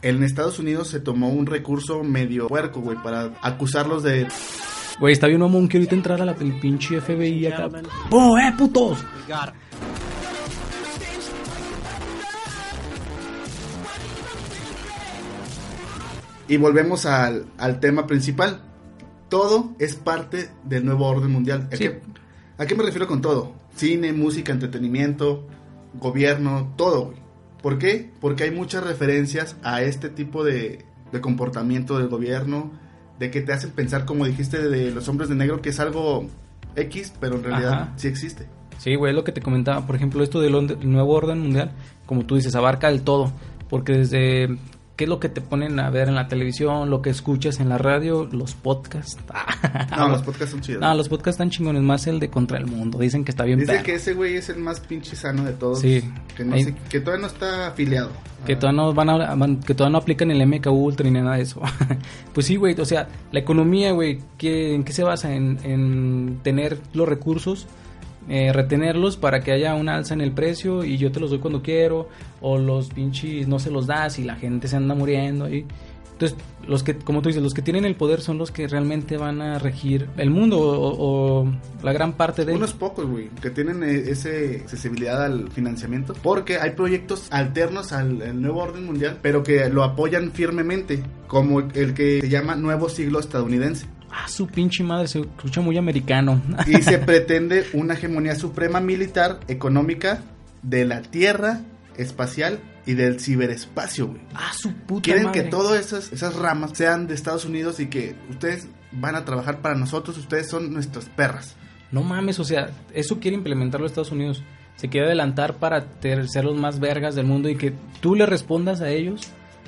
en Estados Unidos se tomó un recurso medio puerco, güey, para acusarlos de... Güey, está bien mamón que ahorita entrar a la el pinche FBI acá. ¡Po, eh, putos! Y volvemos al, al tema principal. Todo es parte del nuevo orden mundial. ¿A, Sí. qué, a qué me refiero con todo? Cine, música, entretenimiento, gobierno, todo, güey. ¿Por qué? Porque hay muchas referencias a este tipo de, de comportamiento del gobierno, de que te hacen pensar, como dijiste, de los hombres de negro, que es algo X, pero en realidad Ajá. sí existe. Sí, güey, es lo que te comentaba. Por ejemplo, esto del onde- el nuevo orden mundial, como tú dices, abarca el todo. Porque desde qué es lo que te ponen a ver en la televisión, lo que escuchas en la radio, los podcasts. No, los podcasts son chidos. Ah, No, los podcasts están chingones, más el de Contra el Mundo. Dicen que está bien Dice perro, que ese güey es el más pinche sano de todos. Sí. Que, no Ahí- sé- que todavía no está afiliado. que todavía no van a, van- que todavía no aplican el MK Ultra ni nada de eso. pues sí, güey, o sea, la economía, güey, ¿qué- ¿en qué se basa? En, en tener los recursos, eh, retenerlos para que haya una alza en el precio y yo te los doy cuando quiero, o los pinches no se los das y la gente se anda muriendo y entonces, los que, como tú dices, los que tienen el poder son los que realmente van a regir el mundo o, o la gran parte de él. Unos pocos, güey, que tienen eh, ese accesibilidad al financiamiento. Porque hay proyectos alternos al, al nuevo orden mundial, pero que lo apoyan firmemente. Como el que se llama Nuevo Siglo Estadounidense. Ah, su pinche madre, se escucha muy americano. Y se pretende una hegemonía suprema militar, económica, de la tierra, espacial y del ciberespacio, güey. Ah, su puta Quieren madre. que todas esas, esas ramas sean de Estados Unidos y que ustedes van a trabajar para nosotros, ustedes son nuestras perras. No mames, o sea, eso quiere implementarlo Estados Unidos. Se quiere adelantar para ter- ser los más vergas del mundo y que tú le respondas a ellos.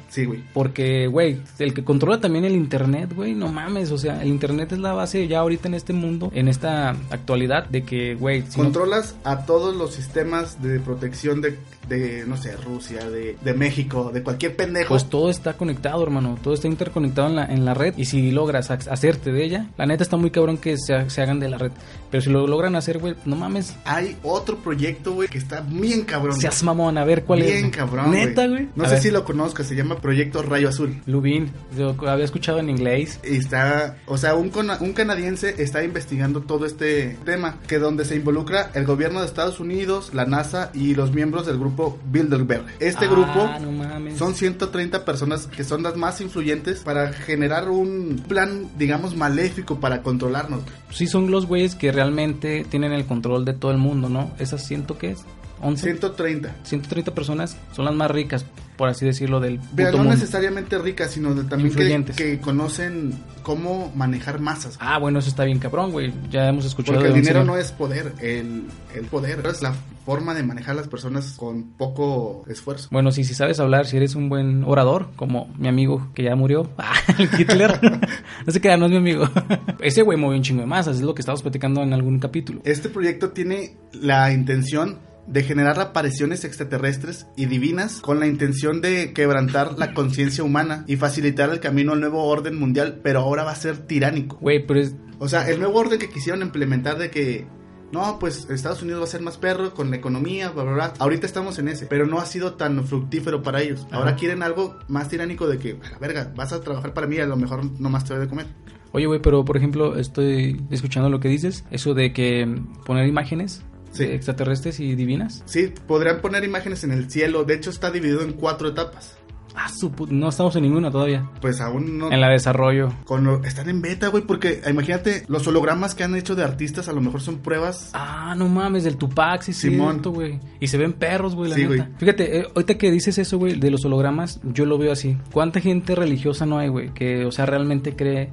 Sí, güey. Porque, güey, el que controla también el Internet, güey, no mames. O sea, el Internet es la base ya ahorita en este mundo, en esta actualidad, de que, güey, si no- Controlas a todos los sistemas de protección de, de, no sé, Rusia, de, de México, de cualquier pendejo. pues todo está conectado, hermano. Todo está interconectado en la, en la red. Y si logras ac- hacerte de ella, la neta está muy cabrón que se, ha- se hagan de la red. Pero si lo logran hacer, güey, no mames. Hay otro proyecto, güey, que está bien cabrón. Seas mamón, a ver cuál es. bien cabrón. Neta, güey. No A sé ver. si lo conozcas, se llama Proyecto Rayo Azul. Lubin, yo había escuchado en inglés. Y está, o sea, un, cona- un canadiense está investigando todo este tema, que donde se involucra el gobierno de Estados Unidos, la NASA y los miembros del grupo Bilderberg. Este Ah, grupo no mames. son 130 personas que son las más influyentes para generar un plan, digamos, maléfico para controlarnos. Sí, son los güeyes que realmente tienen el control de todo el mundo, ¿no? Esas ciento que es, 11, 130. 130 personas son las más ricas, por así decirlo, del Pero puto no mundo. necesariamente ricas, sino de- también que, Influyentes. que conocen cómo manejar masas. Ah, bueno, eso está bien cabrón, güey. Ya hemos escuchado Porque de el un dinero señor- no es poder, el, el poder es la forma de manejar las personas con poco esfuerzo. Bueno, sí, si sabes hablar, si eres un buen orador, como mi amigo que ya murió, ah, el Hitler. no se queda, no es mi amigo. Ese güey movió un chingo de masas, es lo que estábamos platicando en algún capítulo. Este proyecto tiene la intención de generar apariciones extraterrestres y divinas con la intención de quebrantar la conciencia humana y facilitar el camino al nuevo orden mundial, pero ahora va a ser tiránico. Güey, pero es, O sea, el nuevo orden que quisieron implementar de que no, pues Estados Unidos va a ser más perro con la economía, bla, bla, bla. Ahorita estamos en ese, pero no ha sido tan fructífero para ellos. Ahora Ajá. quieren algo más tiránico de que, a la verga, vas a trabajar para mí, a lo mejor nomás te doy de comer. Oye, güey, pero por ejemplo, estoy escuchando lo que dices, eso de que mm, poner imágenes Sí. de extraterrestres y divinas. Sí, podrían poner imágenes en el cielo. De hecho, está dividido en cuatro etapas. Ah, su put- no estamos en ninguna todavía. Pues aún no. En la de desarrollo. con lo- están en beta, güey, porque imagínate, los hologramas que han hecho de artistas a lo mejor son pruebas. Ah, no mames, del Tupac, sí, Simón. Simón. güey. Y se ven perros, güey, la Sí, neta. güey. Fíjate, eh, ahorita que dices eso, güey, de los hologramas, yo lo veo así. ¿Cuánta gente religiosa no hay, güey? Que, o sea, realmente cree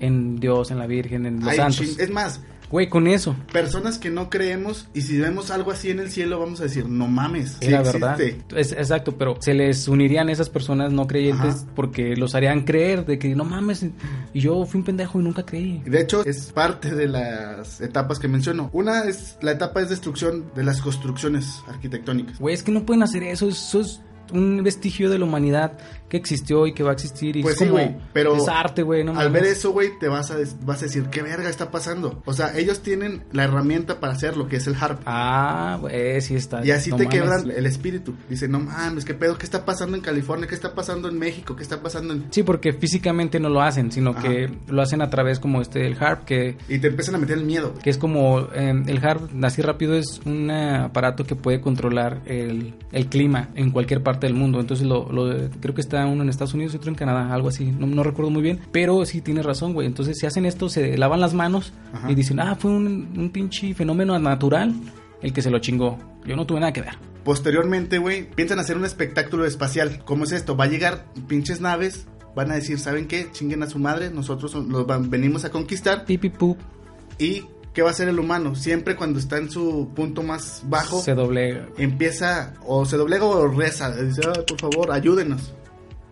en Dios, en la Virgen, en los Ay, santos. chin- es más, Güey, con eso. personas que no creemos y si vemos algo así en el cielo vamos a decir, no mames, Es sí la verdad. existe. Es, exacto, pero se les unirían esas personas no creyentes Ajá. porque los harían creer de que no mames, y yo fui un pendejo y nunca creí. Y De hecho, es parte de las etapas que menciono. Una es la etapa es destrucción de las construcciones arquitectónicas. Güey, es que no pueden hacer eso, eso es un vestigio de la humanidad que existió y que va a existir. Y Pues es sí, como, güey, pero es arte, güey. No Al mames. ver eso, güey, te vas a, des- vas a decir, ¿qué verga está pasando? O sea, ellos tienen la herramienta para hacer lo que es el harp. Ah, güey, sí está. Y así no te mames. quebran el espíritu. Dicen, no mames, ¿qué pedo? ¿Qué está pasando en California? ¿Qué está pasando en México? ¿Qué está pasando en...? Sí, porque físicamente no lo hacen, sino Ajá. que lo hacen a través como este del harp, que, Y te empiezan a meter el miedo, güey. que es como eh, el harp, así rápido, es un eh, aparato que puede controlar el, el clima en cualquier parte del mundo. Entonces, lo, lo- creo que está uno en Estados Unidos y otro en Canadá, algo así, no, no recuerdo muy bien, pero sí tienes razón, güey. Entonces, si hacen esto, se lavan las manos Ajá. y dicen, ah, fue un, un pinche fenómeno natural el que se lo chingó. Yo no tuve nada que ver. Posteriormente, güey, piensan hacer un espectáculo espacial. ¿Cómo es esto? Va a llegar pinches naves, van a decir, ¿saben qué? Chinguen a su madre, nosotros son- los van- venimos a conquistar. Pipi, pup, ¿Y qué va a hacer el humano? Siempre cuando está en su punto más bajo, se doblega. empieza o se doblega o reza. Dice, "Ay, por favor, ayúdenos.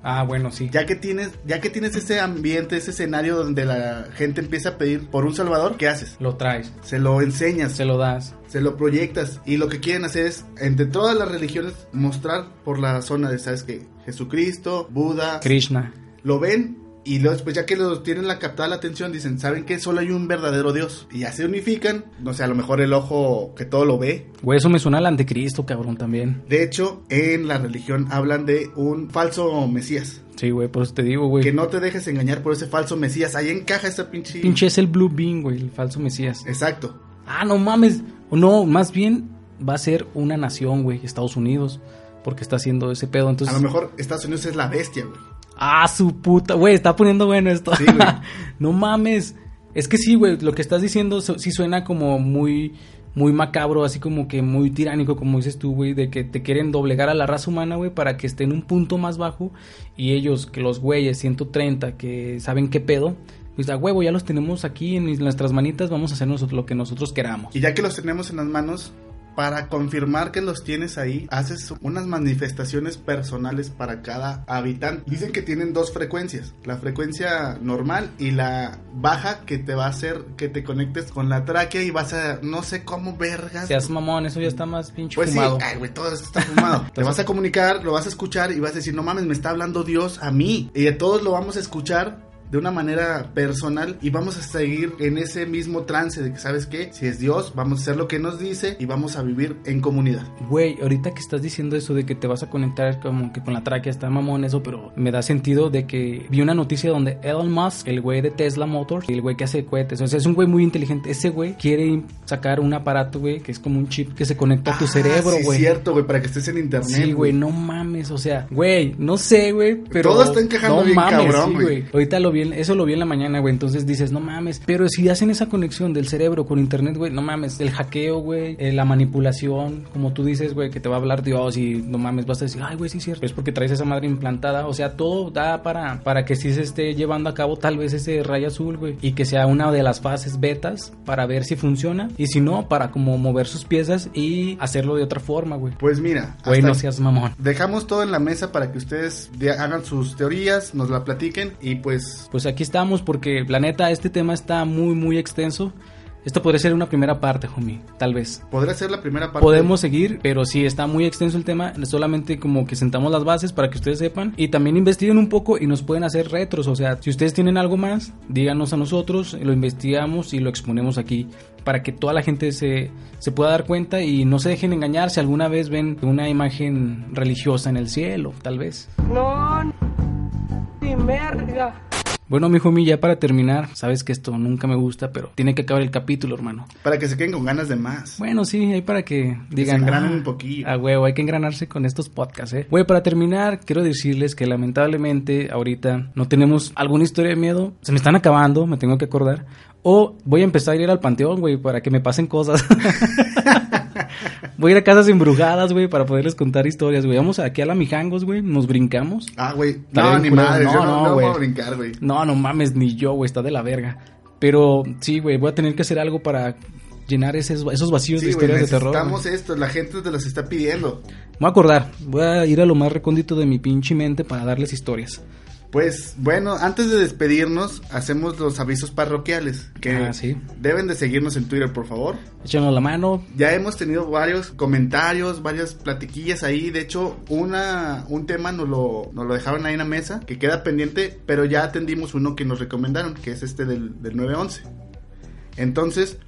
Ah, bueno, sí. Ya que tienes, ya que tienes ese ambiente, ese escenario donde la gente empieza a pedir por un salvador, ¿qué haces? Lo traes, Se lo enseñas, se lo das. se lo proyectas y lo que quieren hacer es, entre todas las religiones, mostrar por la zona de, ¿sabes qué? Jesucristo, Buda, Krishna. lo ven y luego después ya que los tienen la captada la atención dicen, ¿saben qué? Solo hay un verdadero Dios y ya se unifican, no sé, a lo mejor el ojo que todo lo ve. Güey, eso me suena al anticristo, cabrón, también. De hecho, en la religión hablan de un falso Mesías. Sí, güey, por eso te digo, güey. Que no te dejes engañar por ese falso Mesías. Ahí encaja esa pinche... Pinche es el Blue Bean, güey, el falso Mesías. Exacto. Ah, no mames. O No, más bien va a ser una nación, güey, Estados Unidos. Porque está haciendo ese pedo, A entonces... lo mejor Estados Unidos es la bestia, güey. Ah, su puta, güey, está poniendo bueno esto. Sí, güey. no mames. Es que sí, güey, lo que estás diciendo so- sí suena como muy muy macabro, así como que muy tiránico, como dices tú, güey, de que te quieren doblegar a la raza humana, güey, para que esté en un punto más bajo y ellos, que los güeyes 130 que saben qué pedo, pues a huevo ya los tenemos aquí en nuestras manitas, vamos a hacer nosotros lo que nosotros queramos. Y ya que los tenemos en las manos, para confirmar que los tienes ahí, haces unas manifestaciones personales para cada habitante. Dicen que tienen dos frecuencias, la frecuencia normal y la baja que te va a hacer que te conectes con la tráquea y vas a no sé cómo vergas. Seas mamón, eso ya está más pinche pues fumado. sí, ay, güey, todo esto está fumado. te vas a comunicar, lo vas a escuchar y vas a decir, no mames, me está hablando Dios a mí. Y a todos lo vamos a escuchar de una manera personal y vamos a seguir en ese mismo trance de que, ¿sabes qué? Si es Dios, vamos a hacer lo que nos dice y vamos a vivir en comunidad. Güey, ahorita que estás diciendo eso de que te vas a conectar como que con la tráquea, está mamón eso, pero me da sentido de que vi una noticia donde Elon Musk, el güey de Tesla Motors, el güey que hace cohetes, o sea, es un güey muy inteligente, ese güey quiere sacar un aparato, güey, que es como un chip que se conecta a tu Ah, cerebro, sí, güey. cierto, güey, para que estés en internet. Sí, güey, no mames, o sea, güey, no sé, güey, pero... Todo está encajando no bien mames, cabrón, sí, güey. Ahorita lo vi, en- eso lo vi en la mañana, güey, entonces dices, no mames, pero si hacen esa conexión del cerebro con internet, güey, no mames, el hackeo, güey, eh, la manipulación, como tú dices, güey, que te va a hablar Dios y no mames, vas a decir, ay, güey, sí es cierto, es porque traes esa madre implantada, o sea, todo da para, para que sí se esté llevando a cabo tal vez ese rayo azul, güey, y que sea una de las fases betas para ver si funciona, y si no, para como mover sus piezas y hacerlo de otra forma, güey. Pues mira, Güey, hasta- no seas mamón. dejamos todo en la mesa para que ustedes de- hagan sus teorías, nos la platiquen y pues Pues aquí estamos porque la neta este tema está muy muy extenso. Esto podría ser una primera parte, homie, tal vez. podrá ser la primera parte. Podemos seguir, pero sí está muy extenso el tema, solamente como que sentamos las bases para que ustedes sepan y también investiguen un poco y nos pueden hacer retros, o sea, si ustedes tienen algo más, díganos a nosotros, lo investigamos y lo exponemos aquí para que toda la gente se, se pueda dar cuenta y no se dejen engañar si alguna vez ven una imagen religiosa en el cielo, tal vez. No, ni merga. Bueno, mi homie, ya para terminar, sabes que esto nunca me gusta, pero tiene que acabar el capítulo, hermano. Para que se queden con ganas de más. Bueno, sí, ahí para que digan. engranen "Ah, un poquillo". A huevo, hay que engranarse con estos podcasts, eh. Güey, para terminar, quiero decirles que lamentablemente ahorita no tenemos alguna historia de miedo. Se me están acabando, me tengo que acordar. O voy a empezar a ir al panteón, güey, para que me pasen cosas. voy a ir a casas embrujadas, güey, para poderles contar historias, güey. Vamos aquí a la Mijangos, güey, nos brincamos. Ah, güey. Está No, bien ni culero. madre. No, yo no, no, no güey. voy a brincar, güey. No, no mames, ni yo, güey, está de la verga. Pero sí, güey, voy a tener que hacer algo para llenar esos, esos vacíos de Sí, güey, historias de terror. güey. necesitamos esto. La gente te las está pidiendo. Me Voy a acordar, voy a ir a lo más recóndito de mi pinche mente para darles historias. Pues bueno, antes de despedirnos, hacemos los avisos parroquiales que Ah, sí. deben de seguirnos en Twitter, por favor. Échanos la mano. Ya hemos tenido varios comentarios, varias platiquillas ahí. De hecho, una, un tema nos lo, nos lo dejaron ahí en la mesa, que queda pendiente, pero ya atendimos uno que nos recomendaron, que es este del, del 911. Entonces,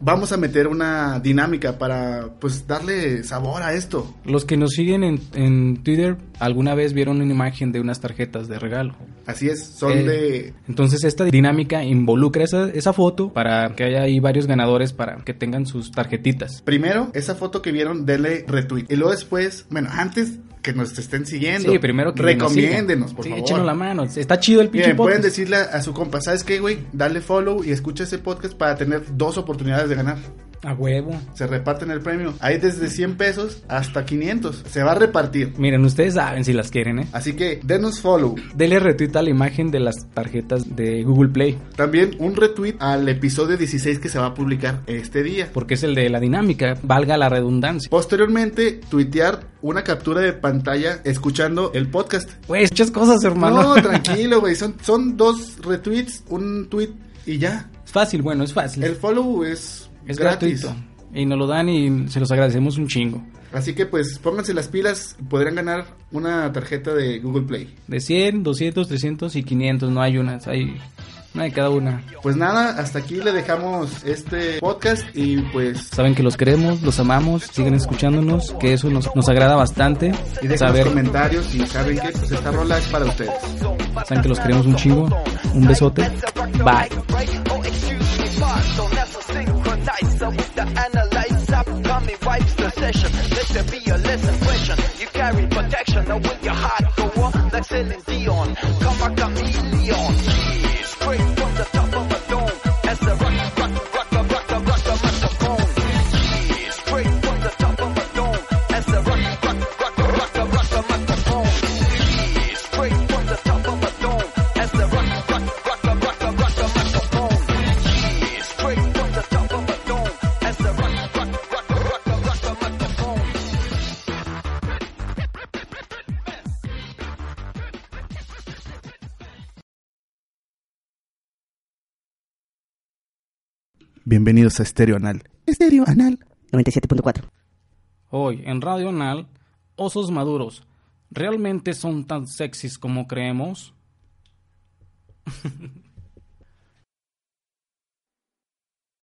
vamos a meter una dinámica para pues darle sabor a esto. Los que nos siguen en, en Twitter alguna vez vieron una imagen de unas tarjetas de regalo. Así es, son Eh, de... Entonces esta dinámica involucra esa, esa foto para que haya ahí varios ganadores para que tengan sus tarjetitas. Primero, esa foto que vieron, denle retweet. Y luego después, bueno, antes que nos estén siguiendo. Sí, primero que nos Recomiéndenos, sigan. por Sí, favor. échenos la mano. Está chido el pinche Miren, pueden podcast. decirle a, a su compa, ¿sabes qué, güey? Dale follow y escucha ese podcast para tener dos oportunidades de ganar. A huevo. Se reparten el premio. Hay desde 100 pesos hasta 500. Se va a repartir. Miren, ustedes saben si las quieren, ¿eh? Así que denos follow. Dele retweet a la imagen de las tarjetas de Google Play, También un retweet al episodio 16 que se va a publicar este día. porque es el de la dinámica, valga la redundancia. Posteriormente, tuitear una captura de pantalla escuchando el podcast. Güey, Pues, muchas cosas, hermano. No, tranquilo, güey. Son, son dos retweets, un tweet y ya. Es fácil, bueno, es fácil. El follow es, es gratis. gratuito. Y nos lo dan y se los agradecemos un chingo. Así que pues pónganse las pilas, podrían ganar una tarjeta de Google Play. De 100, 200, 300 y 500, no hay unas, hay una de cada una. Pues nada, hasta aquí le dejamos este podcast y pues Saben que los queremos, los amamos, siguen escuchándonos, que eso nos, nos agrada bastante. y dejen los Saber, comentarios y saben que pues esta rola es para ustedes. saben que los queremos un chingo. Un besote. Bye. Oh, excuse me, boss. So let's synchronize. So with the analyzer, dummy wipes the session. Let there be a lesson question. You carry protection. Now when your heart go up, like Celine Dion. Come a chameleon. Yeah, straight from the top of a dome. As the rock, rock, rock, rock, rock, rock, rock, rock, microphone. Yeah, straight from the top of a dome. As the rock, rock, rock, rock, rock, rock, rock, microphone. Yeah, straight from the top of a dome. As the rock, rock, rock, rock, rock, rock, rock, rock, microphone. Yeah, straight from the top of a dome. As the rock, rock, rock, rock, rock, rock, rock, microphone. Bienvenidos a Stereo Anal. Stereo Anal. 97.4. Hoy en Radio Anal, osos maduros, ¿realmente son tan sexys como creemos?